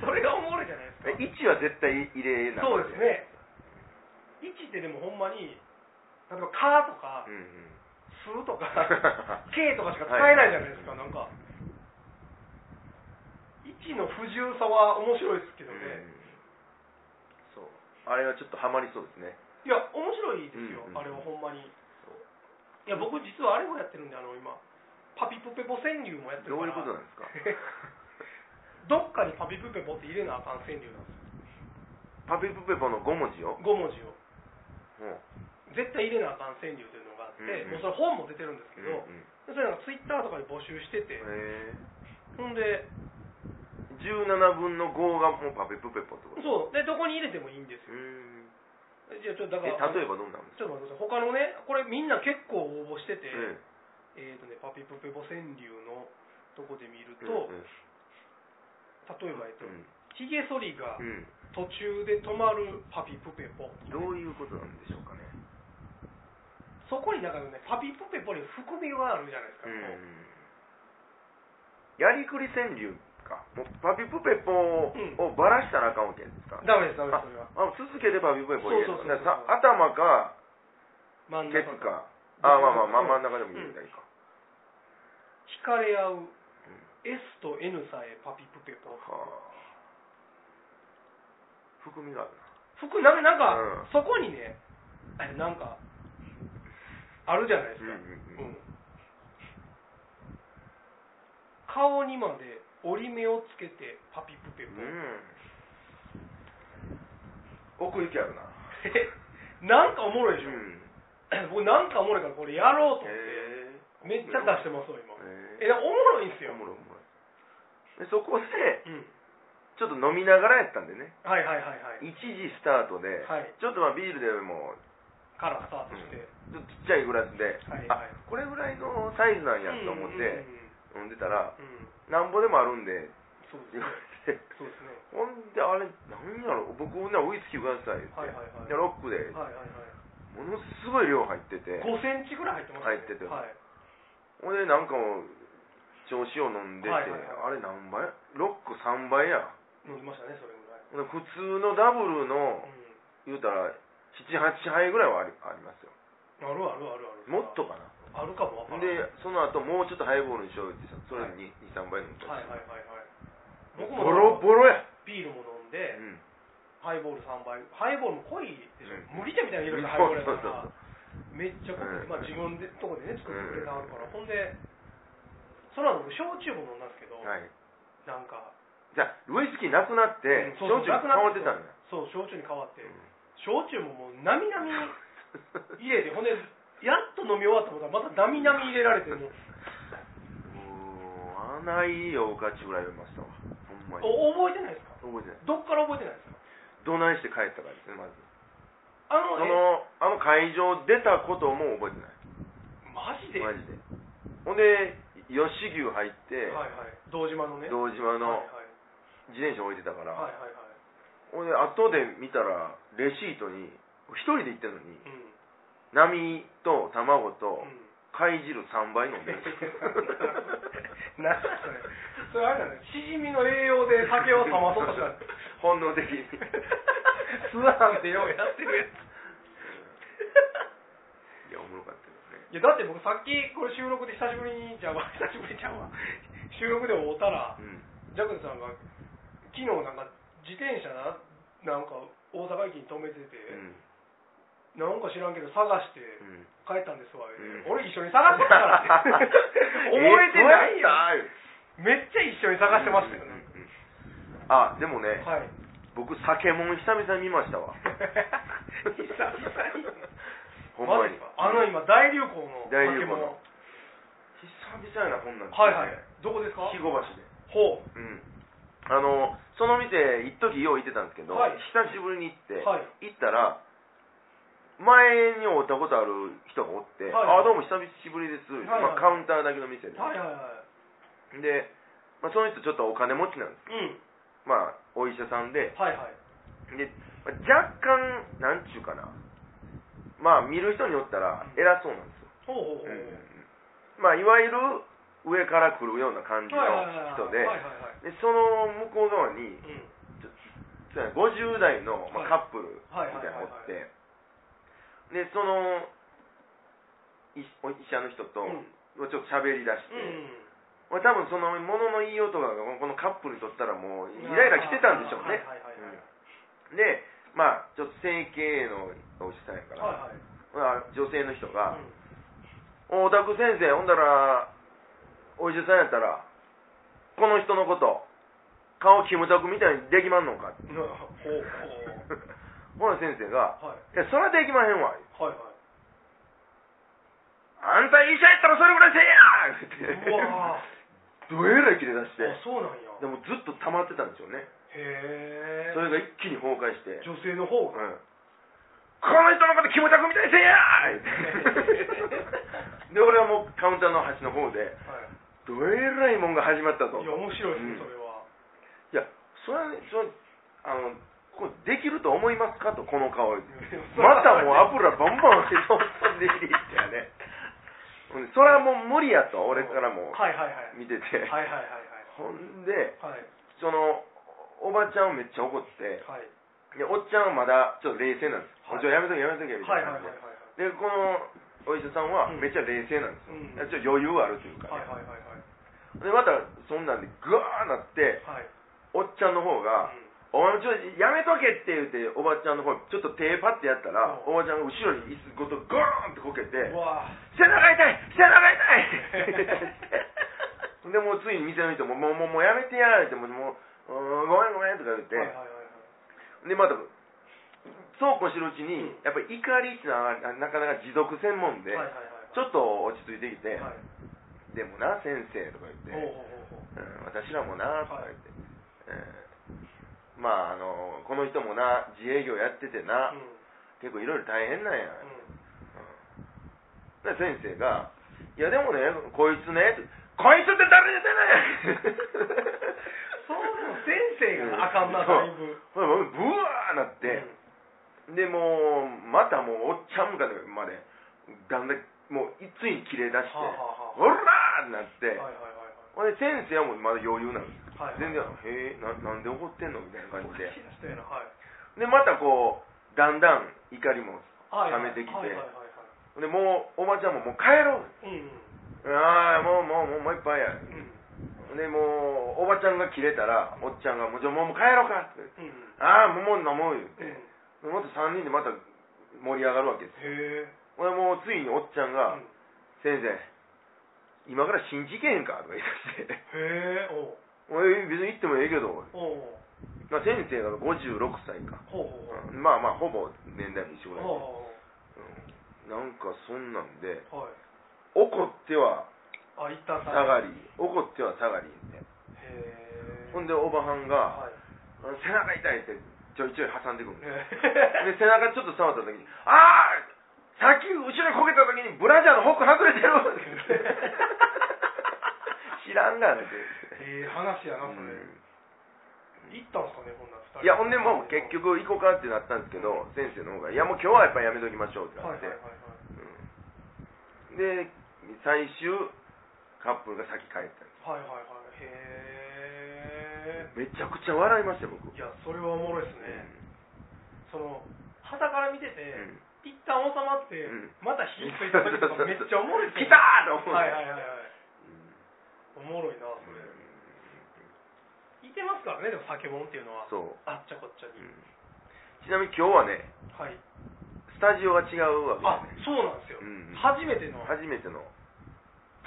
Speaker 2: それがおもろいじゃないですか
Speaker 1: 1は絶対入れない
Speaker 2: そうですね1ってでもほんまに例えば「か」とか
Speaker 1: うんうん
Speaker 2: 「す」とか 「け」とかしか使えないじゃないですか、なんか1の不自由さは面白いですけど
Speaker 1: う
Speaker 2: ね、
Speaker 1: んそうあれはちょっとハマりそうですね
Speaker 2: いや面白いですよ、
Speaker 1: うんうん
Speaker 2: あれはほんまにい
Speaker 1: そう
Speaker 2: や僕実はあれもやってるんであの今パピプペポ川柳もやってる
Speaker 1: ど
Speaker 2: か
Speaker 1: うい
Speaker 2: ら
Speaker 1: うことなんですか
Speaker 2: どっかにパピプペポって入れなあかん川柳なんです
Speaker 1: パピプペポの5文字を
Speaker 2: 5文字を
Speaker 1: も
Speaker 2: 絶対入れなあかん川柳というのがあって、
Speaker 1: うんうん
Speaker 2: もうそれ本も出てるんですけ
Speaker 1: う
Speaker 2: ど、
Speaker 1: うんうん
Speaker 2: それなんかツイッターとかで募集してて、
Speaker 1: へえ
Speaker 2: ほんで
Speaker 1: 17分の5がもうパピプペポってこと
Speaker 2: そうでどこに入れてもいいんです
Speaker 1: う
Speaker 2: よ
Speaker 1: ん
Speaker 2: じゃあちょっとだ
Speaker 1: え例
Speaker 2: から
Speaker 1: えばどんなんですか
Speaker 2: ちょっと待ってください他のねこれみんな結構応募してて、
Speaker 1: え
Speaker 2: えっ、とねパピプペポ川柳のとこで見る
Speaker 1: え
Speaker 2: と、
Speaker 1: うん
Speaker 2: 例えばえっと、
Speaker 1: うん
Speaker 2: ヒゲ剃りが
Speaker 1: うん
Speaker 2: 途中で止まるパピプペポ
Speaker 1: どういうことなんでしょうかね
Speaker 2: そこにだからねパピプペポに含みがあるじゃないですか、こ
Speaker 1: やりくり川柳かもうパピプペポをばらしたらあかんわけですか、
Speaker 2: うダメですダメですそれは
Speaker 1: あ続けてパピプペポ入れる
Speaker 2: そうそうそうそう
Speaker 1: だからさ頭か
Speaker 2: 真ん
Speaker 1: ケ
Speaker 2: 中
Speaker 1: ツ
Speaker 2: か
Speaker 1: かあまあまあまあ真
Speaker 2: うん
Speaker 1: ん中でも入れたりか、
Speaker 2: 惹かれ合う、S と N さえパピプペポ
Speaker 1: はあ含みがある
Speaker 2: 含なんかなんか、
Speaker 1: うん
Speaker 2: そこにねあれなんかあるじゃないです
Speaker 1: な
Speaker 2: か、
Speaker 1: うん
Speaker 2: うん顔にまで折り目をつけてパピプペポ、
Speaker 1: うん奥行きあるな
Speaker 2: え なんかおもろいでしょ、
Speaker 1: ん
Speaker 2: 僕なんかおもろいからこれやろうと思って
Speaker 1: へえ
Speaker 2: めっちゃ出してますわ今
Speaker 1: へ
Speaker 2: えでもおもろいんですよ
Speaker 1: おもろいおもろいでそこで
Speaker 2: うん
Speaker 1: ちょっと飲みながらやったんでね
Speaker 2: はいはいはいはい
Speaker 1: 1時スタートで、
Speaker 2: はい
Speaker 1: ちょっとまあビールでも
Speaker 2: からスタートして、
Speaker 1: ちょっとちっちゃいグラスで、
Speaker 2: はい
Speaker 1: あ
Speaker 2: はい
Speaker 1: これぐらいのサイズなんやと思っ
Speaker 2: うんうん
Speaker 1: て飲んでたら
Speaker 2: うんうん
Speaker 1: なんぼでもあるんで
Speaker 2: そうです
Speaker 1: 言
Speaker 2: ね
Speaker 1: われて
Speaker 2: そうですね
Speaker 1: ほんであれなんやろ僕ほんならウイスキーくださいって、
Speaker 2: はいはいはい
Speaker 1: でロックで
Speaker 2: はいはいはい
Speaker 1: ものすごい量入ってて
Speaker 2: 5センチぐらい入ってますね
Speaker 1: 入ってて
Speaker 2: はい
Speaker 1: ほんでなんかもう調子を飲んでて、
Speaker 2: はいはいは
Speaker 1: あれ何倍ロック3倍や
Speaker 2: 飲みましたねそれぐらい、
Speaker 1: ほんで普通のダブルの
Speaker 2: うん、
Speaker 1: 言うたら78杯ぐらいはありありますよ
Speaker 2: あるあるあるある
Speaker 1: もっとかな
Speaker 2: あるかもわからん
Speaker 1: でその後もうちょっとハイボールにしようってそれに23杯飲んだ
Speaker 2: はい
Speaker 1: り
Speaker 2: はいはいはい僕も
Speaker 1: ボロボロや、
Speaker 2: ビールも飲ん
Speaker 1: う
Speaker 2: で、
Speaker 1: ん、
Speaker 2: ハイボール3杯ハイボールも濃いでしょ、
Speaker 1: う
Speaker 2: 麦茶みたいな色のハイボールやからめっちゃ濃くて、
Speaker 1: うん
Speaker 2: まあ、自分でとこでね作ってくれてあるから、ほんでその後僕焼酎も飲んだんですけど、
Speaker 1: はい
Speaker 2: なんか
Speaker 1: じゃあウイスキーなくなって
Speaker 2: うんそうそう
Speaker 1: 焼酎に変わって たんだ
Speaker 2: そう焼酎に変わって、
Speaker 1: うん
Speaker 2: 焼酎ももうなみなみ入れてほんでやっと飲み終わったことはまたなみなみ入れられてるの
Speaker 1: うーん、穴井よおかちぐらい読みましたわ。ほんまに。
Speaker 2: お覚えてないですか
Speaker 1: 覚えてない。
Speaker 2: どっから覚えてないですか
Speaker 1: どないして帰ったかですね、まず。
Speaker 2: あ
Speaker 1: そ
Speaker 2: のえ
Speaker 1: の、あの会場出たことも覚えてない。
Speaker 2: マジで
Speaker 1: マ
Speaker 2: はい
Speaker 1: ジで。ほんで、吉牛入って、
Speaker 2: はい堂島のね
Speaker 1: 堂島
Speaker 2: はい
Speaker 1: の
Speaker 2: はい
Speaker 1: 自転車置いてたから、
Speaker 2: はいはいはい
Speaker 1: ほんで、後で見たら、レシートに、一人で行ってんのに、
Speaker 2: うん
Speaker 1: 波と卵と
Speaker 2: う、ん
Speaker 1: 貝汁3杯飲んでる。
Speaker 2: 何だそれ それあれだねしじみの栄養で酒を冷ま そうとした
Speaker 1: 本能的に。
Speaker 2: ツアーでようやってるやつ
Speaker 1: いや、おもろかったですね。
Speaker 2: いやだって僕さっきこれ収録で久しぶりにじゃあ久しぶりちゃうわ収録で会うたら
Speaker 1: うん。
Speaker 2: ジャクンさんが昨日なんか自転車ななんか大阪駅に止めてて、
Speaker 1: うん。
Speaker 2: なんか知らんけど探して
Speaker 1: うん。
Speaker 2: 帰ったんですわ、言うて
Speaker 1: うん
Speaker 2: 俺一緒に探してたから ね覚えてないやん
Speaker 1: え
Speaker 2: めっちゃ一緒に探してましたよ
Speaker 1: うんうん
Speaker 2: ね、
Speaker 1: うんあでもね
Speaker 2: はい
Speaker 1: 僕酒もん久々に見ましたわ
Speaker 2: 久々に
Speaker 1: ほんま
Speaker 2: マジ
Speaker 1: に
Speaker 2: っすかあの今大流行の
Speaker 1: 大流
Speaker 2: 酒
Speaker 1: 行の
Speaker 2: も
Speaker 1: 久々やなこんなん
Speaker 2: はいはいどこですか
Speaker 1: 肥後橋で
Speaker 2: ほう
Speaker 1: うんあのその店一時よう行ってたんですけど、
Speaker 2: はい
Speaker 1: 久しぶりに行って、
Speaker 2: はい
Speaker 1: 行ったら前に会ったことある人がおって「
Speaker 2: はい
Speaker 1: あどうも久しぶりです」
Speaker 2: いはい
Speaker 1: まあ、カウンターだけの店で、
Speaker 2: はいはいは
Speaker 1: で、まあ、その人ちょっとお金持ちなんです
Speaker 2: いうん
Speaker 1: まあお医者さんで
Speaker 2: はいはい
Speaker 1: で、まあ若干なんちゅうかなまあ見る人によったら偉そうなんですよ、
Speaker 2: ほうほうほう
Speaker 1: うんまあいわゆる上から来るような感じの
Speaker 2: はいはいはい
Speaker 1: 人で,、
Speaker 2: はいはいはい
Speaker 1: でその向こう側に
Speaker 2: うん
Speaker 1: そうやな50代の、まあ、
Speaker 2: は
Speaker 1: カップルみ
Speaker 2: はいはいはい
Speaker 1: たいなのがおっ
Speaker 2: はい
Speaker 1: てでそのいお医者の人と、
Speaker 2: うん
Speaker 1: ちょっと喋り出し
Speaker 2: う
Speaker 1: て、
Speaker 2: ん
Speaker 1: まあ、多分その物の言いようとかがこのカップルにとったらもうイライラ来てたんでしょうね
Speaker 2: はいはいはいはい
Speaker 1: でまあちょっと整形のおじさんやから、
Speaker 2: はいはい
Speaker 1: まあ、女性の人
Speaker 2: うん
Speaker 1: が「おオタク先生ほんだらお医者さんやったらこの人のこと顔キムタクみたいにできまんのか」って
Speaker 2: ほうほう
Speaker 1: ほら先生が
Speaker 2: はい
Speaker 1: 「いやそらできまへんわ
Speaker 2: はい
Speaker 1: あんた医者やったらそれぐらいせえ
Speaker 2: はい
Speaker 1: や!」って
Speaker 2: うわ
Speaker 1: どえらい切れ出し
Speaker 2: ーあ
Speaker 1: て
Speaker 2: そうなんや
Speaker 1: でもずっと溜まってたんでしょうね
Speaker 2: へえ
Speaker 1: それが一気に崩壊して、うん、
Speaker 2: 女性の方が
Speaker 1: この人のことキムタクみたいにせえや で俺はもうカウンターの端の方で
Speaker 2: は
Speaker 1: どえらいもんが始まったと
Speaker 2: いいや面白いですねそれは
Speaker 1: はいや、それはね、それあのこれできると思いますかと、この顔、またもう油バンバンして、飛んでいってやね、ほんでそれはもう無理やと、俺からも
Speaker 2: はいはいはい
Speaker 1: 見てて、
Speaker 2: はいはいはい
Speaker 1: ほんで、
Speaker 2: はいはい
Speaker 1: そのおばちゃんをめっちゃ怒って、
Speaker 2: はい
Speaker 1: でおっちゃんはまだちょっと冷静なんです、
Speaker 2: はい
Speaker 1: お嬢やめとけ、やめとけみた
Speaker 2: はい
Speaker 1: い
Speaker 2: はい
Speaker 1: な
Speaker 2: はいはい
Speaker 1: 感じで、でこのお医者さんはめっちゃ冷静なんです。
Speaker 2: うん
Speaker 1: ちょっと余裕あるというか
Speaker 2: はい
Speaker 1: ね、
Speaker 2: はいはいはい
Speaker 1: でまたそんなんでグワーなって
Speaker 2: はい
Speaker 1: おっちゃんの方が、お前もちょっとやめとけって言っておばちゃんの方にちょっと手パッてやったら、
Speaker 2: う
Speaker 1: おばちゃんが後ろに椅子ごとゴーンってこけて
Speaker 2: うんうわあ
Speaker 1: 「背中痛い背中痛い! 」 でもうついに店の人も「もうもうもうやめてや」ってもうもううーんごめんごめん」とか言って、
Speaker 2: はいはいはい
Speaker 1: でまたそうこうしてるうちに、
Speaker 2: うん
Speaker 1: やっぱり怒りってのはなかなか持続専門で、
Speaker 2: はいはいはいはい
Speaker 1: ちょっと落ち着いてきて「
Speaker 2: はい
Speaker 1: でもな先生」とか言
Speaker 2: ほうほう
Speaker 1: って
Speaker 2: ほうほう
Speaker 1: 「うん、私らもな」とか言って、うんまああのこの人もな自営業やっててな、
Speaker 2: うん
Speaker 1: 結構いろいろ大変なん
Speaker 2: う
Speaker 1: や、
Speaker 2: ん
Speaker 1: で先生が「いやでもねこいつねこいつって誰ですねん
Speaker 2: そうでも先生があかんなだいぶ
Speaker 1: ほらもうブワーなって、でもうまたもうおっちゃん向かってまでだんだんもういつに切れ出して
Speaker 2: はあはあ
Speaker 1: 「
Speaker 2: はあ
Speaker 1: ほら!」ってなって、
Speaker 2: はいはいはい
Speaker 1: ほんで先生はもうまだ余裕なんです
Speaker 2: はいはい
Speaker 1: 全然「へえななんで怒ってんの?」みたいな感じ
Speaker 2: はい
Speaker 1: で
Speaker 2: おかしい人やなはい
Speaker 1: でまたこうだんだん怒りも
Speaker 2: はいはい
Speaker 1: 冷めてきて
Speaker 2: はいはいはいは
Speaker 1: でもうおばちゃんも「もう帰ろう」
Speaker 2: いうん
Speaker 1: ああもうもうもうもういっぱいや
Speaker 2: うん
Speaker 1: でもうおばちゃんが切れたらおっちゃんが「もうじゃあもうもう帰ろうか」って
Speaker 2: うん
Speaker 1: 「ああもうもう飲もう」言う
Speaker 2: うん
Speaker 1: てまた3人でまた盛り上がるわけです
Speaker 2: へえ
Speaker 1: 俺もうついにおっちゃん
Speaker 2: う
Speaker 1: が
Speaker 2: ん
Speaker 1: 「先生今から信じけへんか」とか言い出して
Speaker 2: へえおう
Speaker 1: 「俺別に行ってもええけど」
Speaker 2: おう
Speaker 1: まあ、先生が56歳か
Speaker 2: ほうほうほう
Speaker 1: うんまあまあほぼ年代も一緒ぐらい
Speaker 2: ほうほうほう
Speaker 1: うんなんかそんなんで
Speaker 2: はい
Speaker 1: 怒っては
Speaker 2: あ一旦
Speaker 1: 下
Speaker 2: 下が
Speaker 1: が
Speaker 2: り
Speaker 1: り怒っては下がりって
Speaker 2: へえ
Speaker 1: ほんでおばはんが
Speaker 2: はい
Speaker 1: 「あの背中痛い」ってちょいちょい挟んでくるんです
Speaker 2: へ
Speaker 1: で背中ちょっと触った時に「ああさっき後ろにこけた時にブラジャーのホック外れてる!」知らんがなって、
Speaker 2: え話やなそれ、
Speaker 1: うん
Speaker 2: 行ったんすかねこんな二人
Speaker 1: いやほんでもう結局行こうかってなったんですけど先生の方が「いやもう今日はやっぱりやめときましょう」って
Speaker 2: は
Speaker 1: な
Speaker 2: いは
Speaker 1: っ
Speaker 2: い
Speaker 1: て、
Speaker 2: はいはい
Speaker 1: うんで最終カップルが先帰ったんで
Speaker 2: はいはいはいへえ
Speaker 1: すめちゃくちゃ笑いましたよ僕
Speaker 2: いやそれはおもろいですね、その旗から見てて、
Speaker 1: うんうん
Speaker 2: 一旦収まって、
Speaker 1: うん
Speaker 2: また火ついた時とかめっちゃおもろいっす
Speaker 1: 来たーと思って、
Speaker 2: はいはいはいはいおもろいなそれ、いてますからねでも酒もんっていうのは
Speaker 1: そ
Speaker 2: あっちゃこっちゃ
Speaker 1: う、う
Speaker 2: に、
Speaker 1: んちなみに今日はね
Speaker 2: はい
Speaker 1: スタジオが違うわけ
Speaker 2: あ
Speaker 1: ですね
Speaker 2: そうなんですよ、
Speaker 1: うん
Speaker 2: 初めての
Speaker 1: 初めての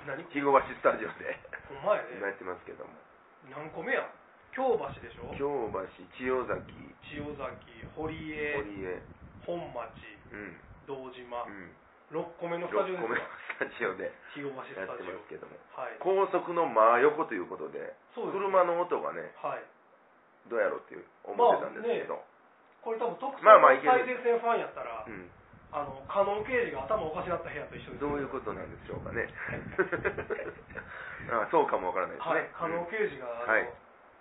Speaker 2: 何
Speaker 1: 日後橋スタジオで
Speaker 2: お前
Speaker 1: 今
Speaker 2: ね
Speaker 1: やってますけども
Speaker 2: 何個目や京橋でしょ
Speaker 1: 京橋千代崎
Speaker 2: 千代崎堀江
Speaker 1: 堀江
Speaker 2: 本町
Speaker 1: うん
Speaker 2: 堂島、
Speaker 1: うん
Speaker 2: 六6個目のスタジ
Speaker 1: 6
Speaker 2: オ
Speaker 1: 個目
Speaker 2: で
Speaker 1: のスタジオです
Speaker 2: よ千
Speaker 1: や
Speaker 2: 代橋ス
Speaker 1: って
Speaker 2: タ
Speaker 1: ま
Speaker 2: ジオ
Speaker 1: すけども
Speaker 2: はい
Speaker 1: 高速の真横ということで
Speaker 2: そうです、
Speaker 1: 車の音がね
Speaker 2: はい
Speaker 1: どうやろうっていう思ってたんですけど、
Speaker 2: これ多分特
Speaker 1: まあまあいける
Speaker 2: 最前線ファンやったら、あの加納刑事が頭おかしなった部屋と一緒
Speaker 1: うん、
Speaker 2: です
Speaker 1: どういうことなんでしょうかね あそうかもわからないですね、
Speaker 2: はい加納刑事が、あの
Speaker 1: はい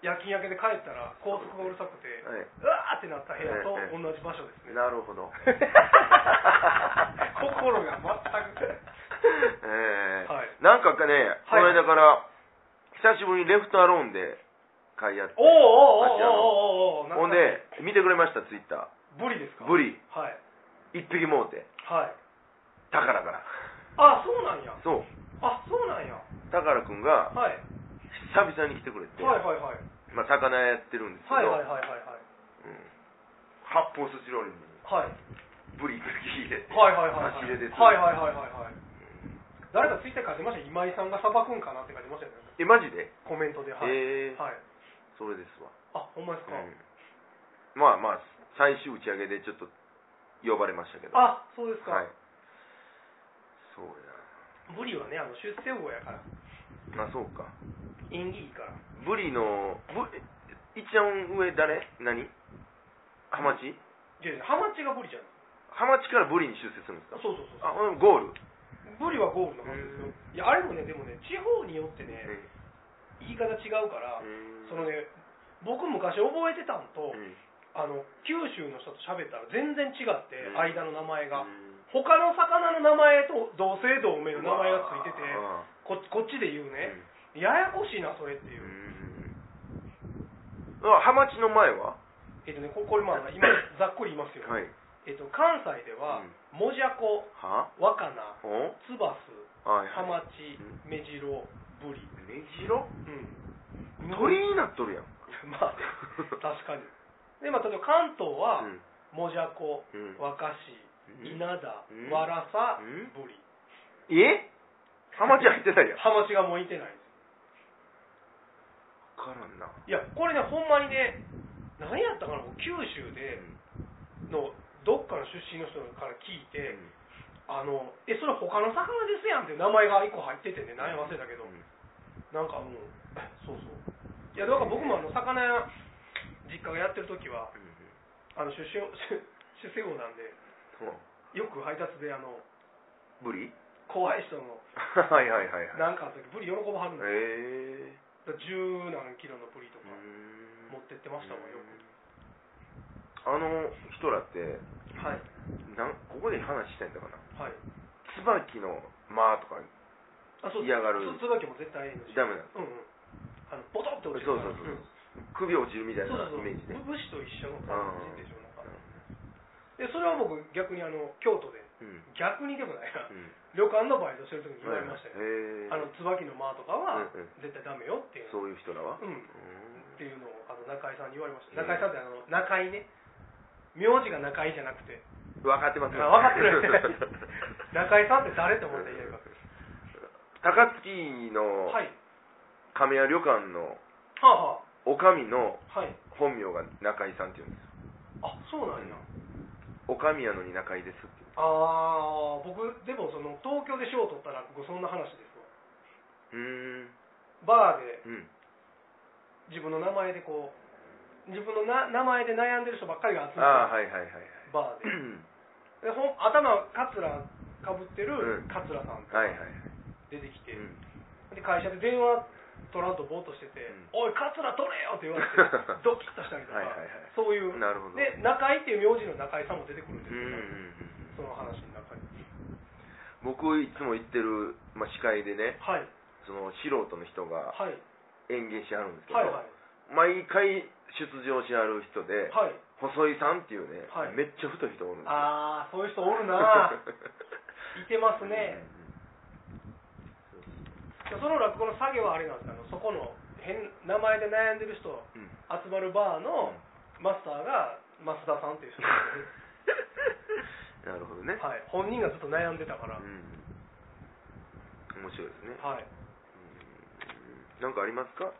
Speaker 2: 夜勤明けで帰ったら高速がうるさくて
Speaker 1: うんは
Speaker 2: うわーってなった部屋と同じ場所です
Speaker 1: い、
Speaker 2: ね、
Speaker 1: なる ほど
Speaker 2: 心が全く
Speaker 1: えー
Speaker 2: はい
Speaker 1: なんかね、この
Speaker 2: はい
Speaker 1: 間から久しぶりにレフトアローンで会やって
Speaker 2: おーおーおーおーおーおー
Speaker 1: ほんで見てくれましたツイッタ
Speaker 2: ブリですか
Speaker 1: ーブリ
Speaker 2: はい
Speaker 1: 一匹もうて
Speaker 2: はい
Speaker 1: 宝から
Speaker 2: あそうなんや
Speaker 1: そう
Speaker 2: あそうなんや
Speaker 1: 宝くんが
Speaker 2: はい
Speaker 1: 久々に来てくれて、
Speaker 2: はいはいはい
Speaker 1: まあ、魚屋やってるんですけど、
Speaker 2: はいはいはいはいはい
Speaker 1: うん、発泡スチロールに
Speaker 2: はい
Speaker 1: ブリブリ入れて
Speaker 2: はいはいはいはい
Speaker 1: 差し入れです、
Speaker 2: はいはいはいはいはい誰かツイッター書いてました今井さんがさばくんかなって書いてましたよね
Speaker 1: えマジで、
Speaker 2: コメントではい、
Speaker 1: えー
Speaker 2: はい、
Speaker 1: それですわ、
Speaker 2: あほんまですか、
Speaker 1: うんまあまあ最終打ち上げでちょっと呼ばれましたけど
Speaker 2: あそうですか、
Speaker 1: はいそう
Speaker 2: ブリはねあの出世魚やから
Speaker 1: やなあそうか
Speaker 2: 縁起いいから
Speaker 1: ブリのブ一番上誰何ハマチ
Speaker 2: じゃハマチがブリじゃん
Speaker 1: ハマチからブリに出世するんですか
Speaker 2: そうそうそう
Speaker 1: あうんゴール、
Speaker 2: ブリはゴールのはずですよいやあれもねでもね地方によってね言い方違うから、
Speaker 1: うん
Speaker 2: そのね僕昔覚えてたんと、
Speaker 1: うん
Speaker 2: あの九州の人と喋ったら全然違って、
Speaker 1: うん
Speaker 2: 間の名前が、
Speaker 1: うん
Speaker 2: 他の魚の名前と同姓同名の名前がついてて
Speaker 1: う
Speaker 2: こ
Speaker 1: わ
Speaker 2: っちこっちで言う
Speaker 1: ー
Speaker 2: ね、ややこしいなそれっていうう、
Speaker 1: んうんあハマチの前は
Speaker 2: えっとねここれまあ今ざっくり言いますよ、
Speaker 1: はい
Speaker 2: えっと関西では、
Speaker 1: うん
Speaker 2: もじゃこ
Speaker 1: は
Speaker 2: わかな
Speaker 1: おはい
Speaker 2: つばす
Speaker 1: はい
Speaker 2: ハマチ
Speaker 1: う
Speaker 2: メジロブリ
Speaker 1: メジロ
Speaker 2: うん
Speaker 1: 鳥になっとるやん
Speaker 2: まあね確かにでまあ例えば関東は、
Speaker 1: うん
Speaker 2: もじゃこ
Speaker 1: うん
Speaker 2: わかし
Speaker 1: うん
Speaker 2: 稲田
Speaker 1: うん
Speaker 2: わらさ
Speaker 1: うん
Speaker 2: ブリ
Speaker 1: えハマチ入ってないやん
Speaker 2: ハマチがもういてない
Speaker 1: 分からんない
Speaker 2: やこれねほんまにね何やったかな九州
Speaker 1: う
Speaker 2: で
Speaker 1: ん
Speaker 2: のどっかの出身の人から聞いて、あのえそれ他の魚ですやんっていう名前が1個入っててね悩ませたけど、
Speaker 1: うん
Speaker 2: なんかもうそうそういやだから僕もあの魚屋実家がやってる時はあの出身出 出世魚なんで
Speaker 1: うん
Speaker 2: よく配達であの
Speaker 1: ブリ
Speaker 2: 怖い人の
Speaker 1: はいはいはいはい
Speaker 2: なんかあった時ブリ喜ばはるんで
Speaker 1: え
Speaker 2: す十何キロのブリと
Speaker 1: え
Speaker 2: か持ってってましたもんよく
Speaker 1: あの人らって
Speaker 2: はい
Speaker 1: なんここで話してんだかな
Speaker 2: はい
Speaker 1: 椿の間とか
Speaker 2: あそう
Speaker 1: 嫌がる
Speaker 2: つ椿も絶対 NG
Speaker 1: ダメなの
Speaker 2: うんうんあのボトって
Speaker 1: そう
Speaker 2: 落
Speaker 1: そう
Speaker 2: ちるから
Speaker 1: そうそう首落ちるみたい
Speaker 2: う
Speaker 1: な
Speaker 2: んそうそうそう
Speaker 1: イメージで
Speaker 2: 武士と一緒の感じでしょなんかでそれは僕逆にあの京都で
Speaker 1: うんうん
Speaker 2: 逆にでもないな
Speaker 1: うん
Speaker 2: 旅館のバイトしてる時に言われましたよ、
Speaker 1: へー
Speaker 2: あの椿の間とかは
Speaker 1: うんうん
Speaker 2: 絶対ダメよっていう、
Speaker 1: そういう人らは
Speaker 2: うんっ
Speaker 1: うん
Speaker 2: ていうのをあの中井さんに言われました、
Speaker 1: うん
Speaker 2: 中井さんってあの中井ね名字が中井じゃなくて
Speaker 1: 分かってます
Speaker 2: あ分かって る中井さんって誰って思って言えば
Speaker 1: 高槻の
Speaker 2: はい
Speaker 1: 亀屋旅館の
Speaker 2: はあは
Speaker 1: おかみの
Speaker 2: あはい
Speaker 1: 本名が中井さんっていうんです
Speaker 2: あそうなんや、
Speaker 1: おかみやのに中井ですっていう
Speaker 2: ああ僕でもその東京で賞を取ったら僕そんな話ですわ
Speaker 1: うーん
Speaker 2: バーで
Speaker 1: うん
Speaker 2: 自分の名前でこう自分のな名前で悩んでる人ばっかりが集ま
Speaker 1: ああ
Speaker 2: る
Speaker 1: はいはいはいはい
Speaker 2: バーで
Speaker 1: う
Speaker 2: で
Speaker 1: ん
Speaker 2: ほん頭カツラかぶって
Speaker 1: う
Speaker 2: る
Speaker 1: ん
Speaker 2: カツラさん
Speaker 1: はいはいはい
Speaker 2: 出てきて、
Speaker 1: うん
Speaker 2: で会社で電話取らんとぼーっとしてて
Speaker 1: う
Speaker 2: 「お
Speaker 1: ん
Speaker 2: いカツラ取れよ!」って言われ てドキッとしたりとか
Speaker 1: はいはいはい
Speaker 2: そういう
Speaker 1: なるほど
Speaker 2: で中井っていう名字の中井さんも出てくるんです
Speaker 1: うん
Speaker 2: け
Speaker 1: う
Speaker 2: ど、そ
Speaker 1: んうんうん
Speaker 2: の話の中に
Speaker 1: 僕いつも行ってる、まあ、司会でね
Speaker 2: はい
Speaker 1: その素人の人が
Speaker 2: はい
Speaker 1: 演芸しはるんですけど、
Speaker 2: はいはい
Speaker 1: 毎回出場しはる人で、
Speaker 2: はい
Speaker 1: 細井さんっていうね、
Speaker 2: はい
Speaker 1: めっちゃ太い人おるんですよ
Speaker 2: ああそういう人おるな いてますねその落語の作業はあれなんですかねそこの変名前で悩んでる人
Speaker 1: うんうんうん
Speaker 2: 集まるバーのマスターが増田さんっていう人で
Speaker 1: なるほどね、
Speaker 2: す、はい、本人がずっと悩んでたから、
Speaker 1: うん、面白いですね、
Speaker 2: はい
Speaker 1: うんなんかありますか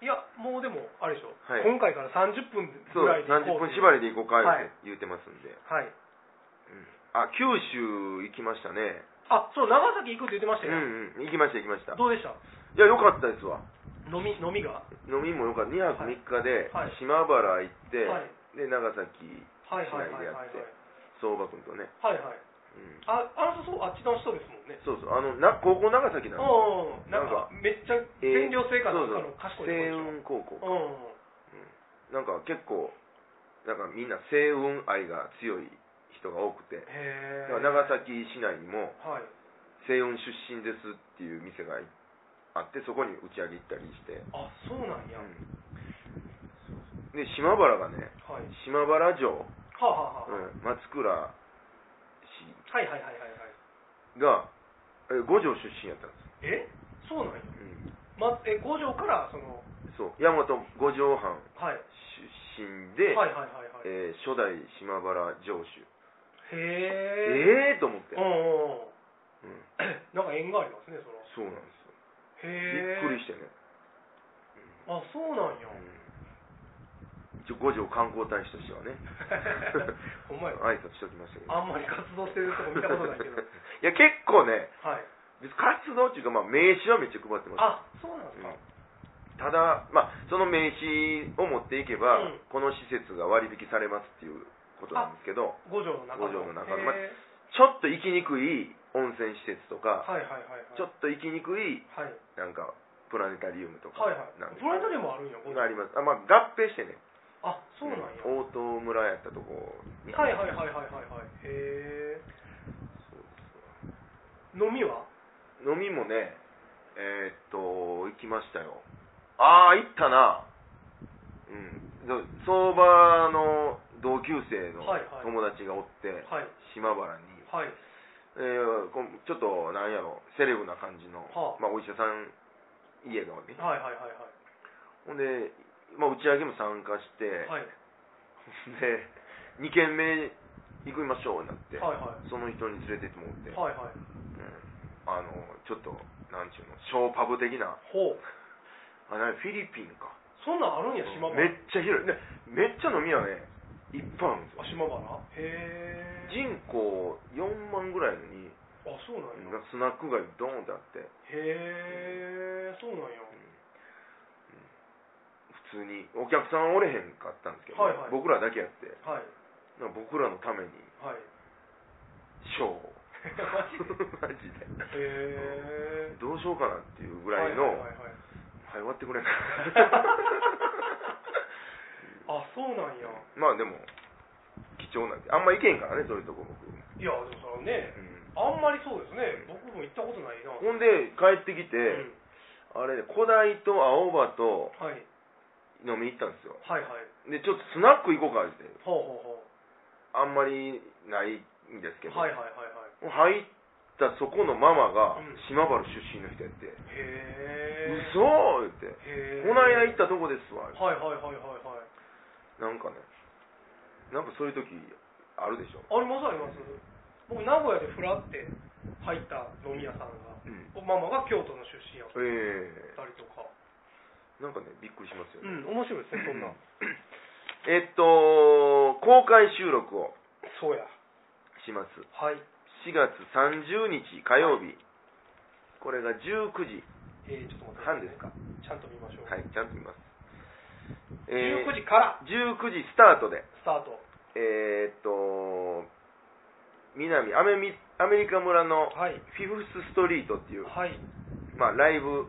Speaker 2: いやもうでもあれでしょ、
Speaker 1: はい
Speaker 2: 今回から30分
Speaker 1: そう
Speaker 2: ぐらいで
Speaker 1: 30分
Speaker 2: り
Speaker 1: 縛りで行こうか
Speaker 2: は
Speaker 1: っ
Speaker 2: い
Speaker 1: て言うてますんで、
Speaker 2: はい
Speaker 1: あ九州行きましたね
Speaker 2: あそう長崎行くって言ってました
Speaker 1: う
Speaker 2: よ、
Speaker 1: んうん行きました行きました
Speaker 2: どうでした
Speaker 1: いや良かったですわ
Speaker 2: 飲み飲みが
Speaker 1: 飲みも良かった2泊3日で
Speaker 2: はいはい
Speaker 1: 島原行って、
Speaker 2: はい
Speaker 1: で長崎
Speaker 2: はいはいはいはいはい
Speaker 1: 市内でやって相馬君とね、
Speaker 2: はいはい
Speaker 1: うん、
Speaker 2: ああの人そうあっちの人ですもんね
Speaker 1: そうそうあのな高校長崎なんです
Speaker 2: うんう
Speaker 1: よ
Speaker 2: んなんか
Speaker 1: なんか
Speaker 2: めっちゃ全寮制かなんかの賢
Speaker 1: そうそう
Speaker 2: い子でしょ
Speaker 1: 星雲高校
Speaker 2: うんうんうん
Speaker 1: なんか結構なんかみんな星雲愛が強い人が多くて
Speaker 2: へえ
Speaker 1: だから長崎市内にも
Speaker 2: はい
Speaker 1: 星雲出身ですっていう店があってそこに打ち上げ行ったりして、
Speaker 2: あそうなんや、
Speaker 1: うんで島原がね
Speaker 2: はい
Speaker 1: 島原城、
Speaker 2: はあ、はあはあ
Speaker 1: うん、松倉市
Speaker 2: はいはいはいはいはい
Speaker 1: がえ五条出身やったんで
Speaker 2: えそうなんや、
Speaker 1: すよ、
Speaker 2: ま、
Speaker 1: うん
Speaker 2: え五条からその
Speaker 1: そう大和五条藩
Speaker 2: はい
Speaker 1: 出身で、
Speaker 2: はいはいはいはいへ
Speaker 1: えー初代島原城主
Speaker 2: ええ
Speaker 1: ええー、と思って、
Speaker 2: うんうん うん
Speaker 1: うん
Speaker 2: なんか縁がありますねその
Speaker 1: そうなんですよ
Speaker 2: へえ
Speaker 1: びっくりしてね、
Speaker 2: あそうなん や、
Speaker 1: うん、一応五条観光大使として はね
Speaker 2: ほんまや
Speaker 1: 挨拶しておきましたけど
Speaker 2: あんまり活動してるとこ見たことないけどはい
Speaker 1: いや結構ね 別に活動っていうか、まあ、名刺はめっちゃ配ってます
Speaker 2: あそうなんですか、
Speaker 1: うんただ、まあ、その名刺を持っていけば、
Speaker 2: うん
Speaker 1: この施設が割引されますっていうことなんですけど
Speaker 2: 五条の中の
Speaker 1: 五条の中の
Speaker 2: へえ
Speaker 1: ちょっと行きにくい温泉施設とか、
Speaker 2: はいはいはいはい
Speaker 1: ちょっと行きにくい
Speaker 2: はい
Speaker 1: なんかプラネタリウムとか
Speaker 2: はいはい
Speaker 1: なん
Speaker 2: プラネタリウムあるんや五条
Speaker 1: がありますあ、まあ、合併してね
Speaker 2: あそうなんや、
Speaker 1: うん大東村やったとこに
Speaker 2: はいはいはいはいはいはいへえ飲みは
Speaker 1: 飲みもねえーっと行きましたよああ行ったなうんど相場の同級生の
Speaker 2: はいはい
Speaker 1: 友達がおって、
Speaker 2: はい
Speaker 1: 島原に、
Speaker 2: はい
Speaker 1: えーこんちょっとなんやろセレブな感じの、
Speaker 2: はあ
Speaker 1: まあ、お医者さん家がね
Speaker 2: はいはいはいはい
Speaker 1: ほんで、まあ、打ち上げも参加して、
Speaker 2: はい
Speaker 1: で2軒目行きましょうになって、
Speaker 2: はいはい
Speaker 1: その人に連れてってもらって、
Speaker 2: はいはい
Speaker 1: うんあのちょっとなんちゅうのショーパブ的な
Speaker 2: ほう
Speaker 1: あなんやフィリピンか
Speaker 2: そんなんあるんや島
Speaker 1: め
Speaker 2: 原
Speaker 1: っちゃ広いでめっちゃ飲み屋ねいっぱいあるんですよ
Speaker 2: あ島原へえ
Speaker 1: 人口4万ぐらいのに
Speaker 2: あそうなんや
Speaker 1: なんかスナック街ドーンってあって
Speaker 2: へえそうなんや
Speaker 1: 普通にお客さんおれへんかったんですけど、
Speaker 2: はいはい
Speaker 1: 僕らだけやって
Speaker 2: はい
Speaker 1: なんか僕らのために
Speaker 2: はい
Speaker 1: ショーを
Speaker 2: マジで
Speaker 1: マジで
Speaker 2: へえ
Speaker 1: どうしようかなっていうぐらいの
Speaker 2: はいはいはいはい
Speaker 1: はい終わってくれんか
Speaker 2: あそうなんや
Speaker 1: まあでも貴重なんであんま行けへんからねそういうとこ僕、う
Speaker 2: いやでもそれね
Speaker 1: ん
Speaker 2: あんまりそうですね僕も行ったことないなう
Speaker 1: ほんで帰ってきて、
Speaker 2: ん
Speaker 1: あれね古代と青葉と
Speaker 2: はい
Speaker 1: 飲みに行ったんですよ
Speaker 2: はいはい
Speaker 1: でちょっとスナック行こうかって
Speaker 2: ほうほうほ
Speaker 1: あんまりないんですけ
Speaker 2: う
Speaker 1: ど、
Speaker 2: はいはいはいはい
Speaker 1: 入ったそこのママが
Speaker 2: うん
Speaker 1: 島原出身の人やって
Speaker 2: へ
Speaker 1: 「
Speaker 2: え
Speaker 1: 嘘言って「
Speaker 2: へえ
Speaker 1: こないだ行ったとこですわ」
Speaker 2: はいはいはいはいはい
Speaker 1: なんかねなんかそういう時あるでしょ
Speaker 2: ありますあります僕名古屋でフラって入った飲み屋さんが
Speaker 1: うん
Speaker 2: ママが京都の出身やっ
Speaker 1: ええ
Speaker 2: たりとか
Speaker 1: なんかねびっくりしますよ
Speaker 2: う
Speaker 1: ね、
Speaker 2: ん面白いですねそんな
Speaker 1: えっと公開収録を
Speaker 2: そうや
Speaker 1: します
Speaker 2: はい。
Speaker 1: 4月30日火曜日これが19時
Speaker 2: えー、ちょっと待って。
Speaker 1: 半です。か
Speaker 2: ちゃんと見ましょう。
Speaker 1: はいちゃんと見ます、えー
Speaker 2: 19時から
Speaker 1: 19時スタートで
Speaker 2: スタート。
Speaker 1: えーっと南アメミアメリカ村の
Speaker 2: はい。
Speaker 1: フィフスストリートっていう、
Speaker 2: はい。
Speaker 1: まあ、ライブ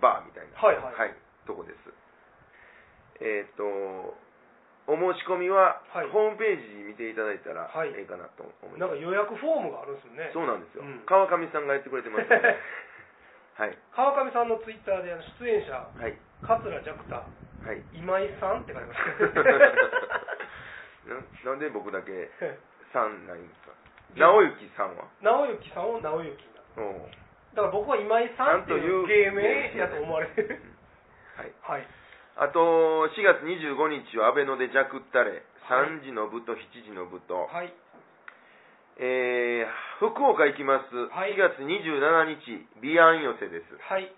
Speaker 1: バーみたいな、
Speaker 2: はいはい
Speaker 1: とこですえーっとお申し込みは、
Speaker 2: はい
Speaker 1: ホームページ見ていただいたら
Speaker 2: はい
Speaker 1: ええかなと思い
Speaker 2: なん
Speaker 1: ます、
Speaker 2: か予約フォームがあるんですよね。
Speaker 1: そうなんですよ、
Speaker 2: うん
Speaker 1: 川上さんがやってくれてますので はい
Speaker 2: 川上さんのツイッターであの出演者、
Speaker 1: はい
Speaker 2: 桂ジャクタ、
Speaker 1: はい
Speaker 2: 今井さんって書い てました。
Speaker 1: ななんで僕だけ3ないんですか直行さんは
Speaker 2: 直行さんを直行になる。
Speaker 1: おう
Speaker 2: だから僕は今井さんっていう芸名やと思われてる。
Speaker 1: はい、
Speaker 2: はい。
Speaker 1: あと4月25日は安倍のでジャクったれ3時の部と7時の部と、
Speaker 2: はい。
Speaker 1: えー福岡行きます、
Speaker 2: はい
Speaker 1: 4月27日ビアン寄せです
Speaker 2: はい。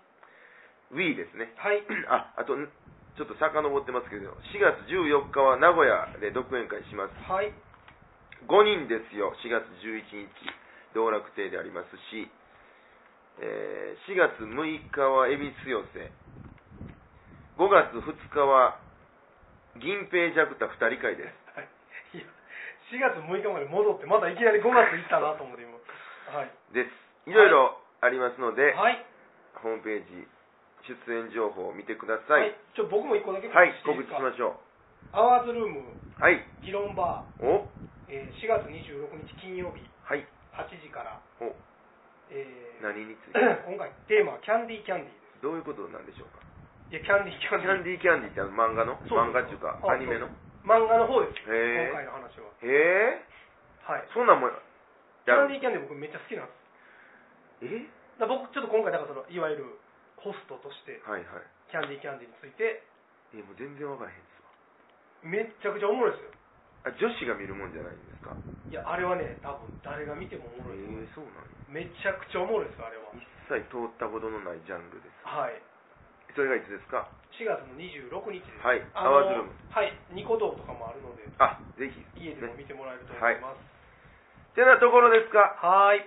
Speaker 1: WE ですね
Speaker 2: はい。
Speaker 1: ああとちょっと遡ってますけど4月14日は名古屋で独演会します
Speaker 2: はい。
Speaker 1: 5人ですよ4月11日道楽亭でありますし、えー4月6日は恵比寿寄せ5月2日は銀平ジャクタ2人会です
Speaker 2: いや、4月6日まで戻って、まだいきなり5月行ったなと思って今。はい。
Speaker 1: ですいろいろありますので、
Speaker 2: はい。
Speaker 1: ホームページ出演情報を見てください
Speaker 2: ちょ、僕も1個だけ
Speaker 1: はい、
Speaker 2: 告
Speaker 1: 告
Speaker 2: 知してい
Speaker 1: 知し
Speaker 2: いですかア
Speaker 1: ましょ
Speaker 2: ワーズルーム、
Speaker 1: うはい
Speaker 2: 議論バ
Speaker 1: お
Speaker 2: ー、えー4月26日金曜日、
Speaker 1: はい
Speaker 2: 8時から、
Speaker 1: お
Speaker 2: えー
Speaker 1: 何について
Speaker 2: 今回テーマはキャンディーキャンディ
Speaker 1: どういうことなんでしょうか
Speaker 2: ーです。いや、キャンディーキ
Speaker 1: キ
Speaker 2: ャンディー
Speaker 1: ャン。ディーキャンディーってあの漫画の
Speaker 2: そう
Speaker 1: 漫画っていうか
Speaker 2: あ
Speaker 1: アニメのへ
Speaker 2: 漫画の方です、
Speaker 1: へー
Speaker 2: 今回の話は。
Speaker 1: え
Speaker 2: はい。
Speaker 1: そんなんもや
Speaker 2: キャンディー
Speaker 1: る
Speaker 2: キャンディー僕めっちゃ好きなんです。
Speaker 1: え
Speaker 2: だから僕ちょっと今回、だからその、いわゆるホストとして、
Speaker 1: はいはい
Speaker 2: キャンディーキャンディーについて、
Speaker 1: えもう全然わからへんですわ
Speaker 2: めっちゃくちゃおもろいですよ。
Speaker 1: あ女子が見るもんじゃないんですか
Speaker 2: い
Speaker 1: へ
Speaker 2: や、あれはね、多分誰が見てもおもろいと思う。
Speaker 1: えそうなん
Speaker 2: め
Speaker 1: や
Speaker 2: ちゃくちゃおもろいですよ、あれは。
Speaker 1: 一切通ったことのないジャンルで
Speaker 2: はい。
Speaker 1: すそれがいつですか
Speaker 2: 4月の26日です。
Speaker 1: はい
Speaker 2: あ
Speaker 1: アワーズルーム
Speaker 2: はい。ニコ動とかもあるので、
Speaker 1: あぜひ
Speaker 2: 家でも見てもらえると思
Speaker 1: はい
Speaker 2: ます。
Speaker 1: てなところですか
Speaker 2: はーい。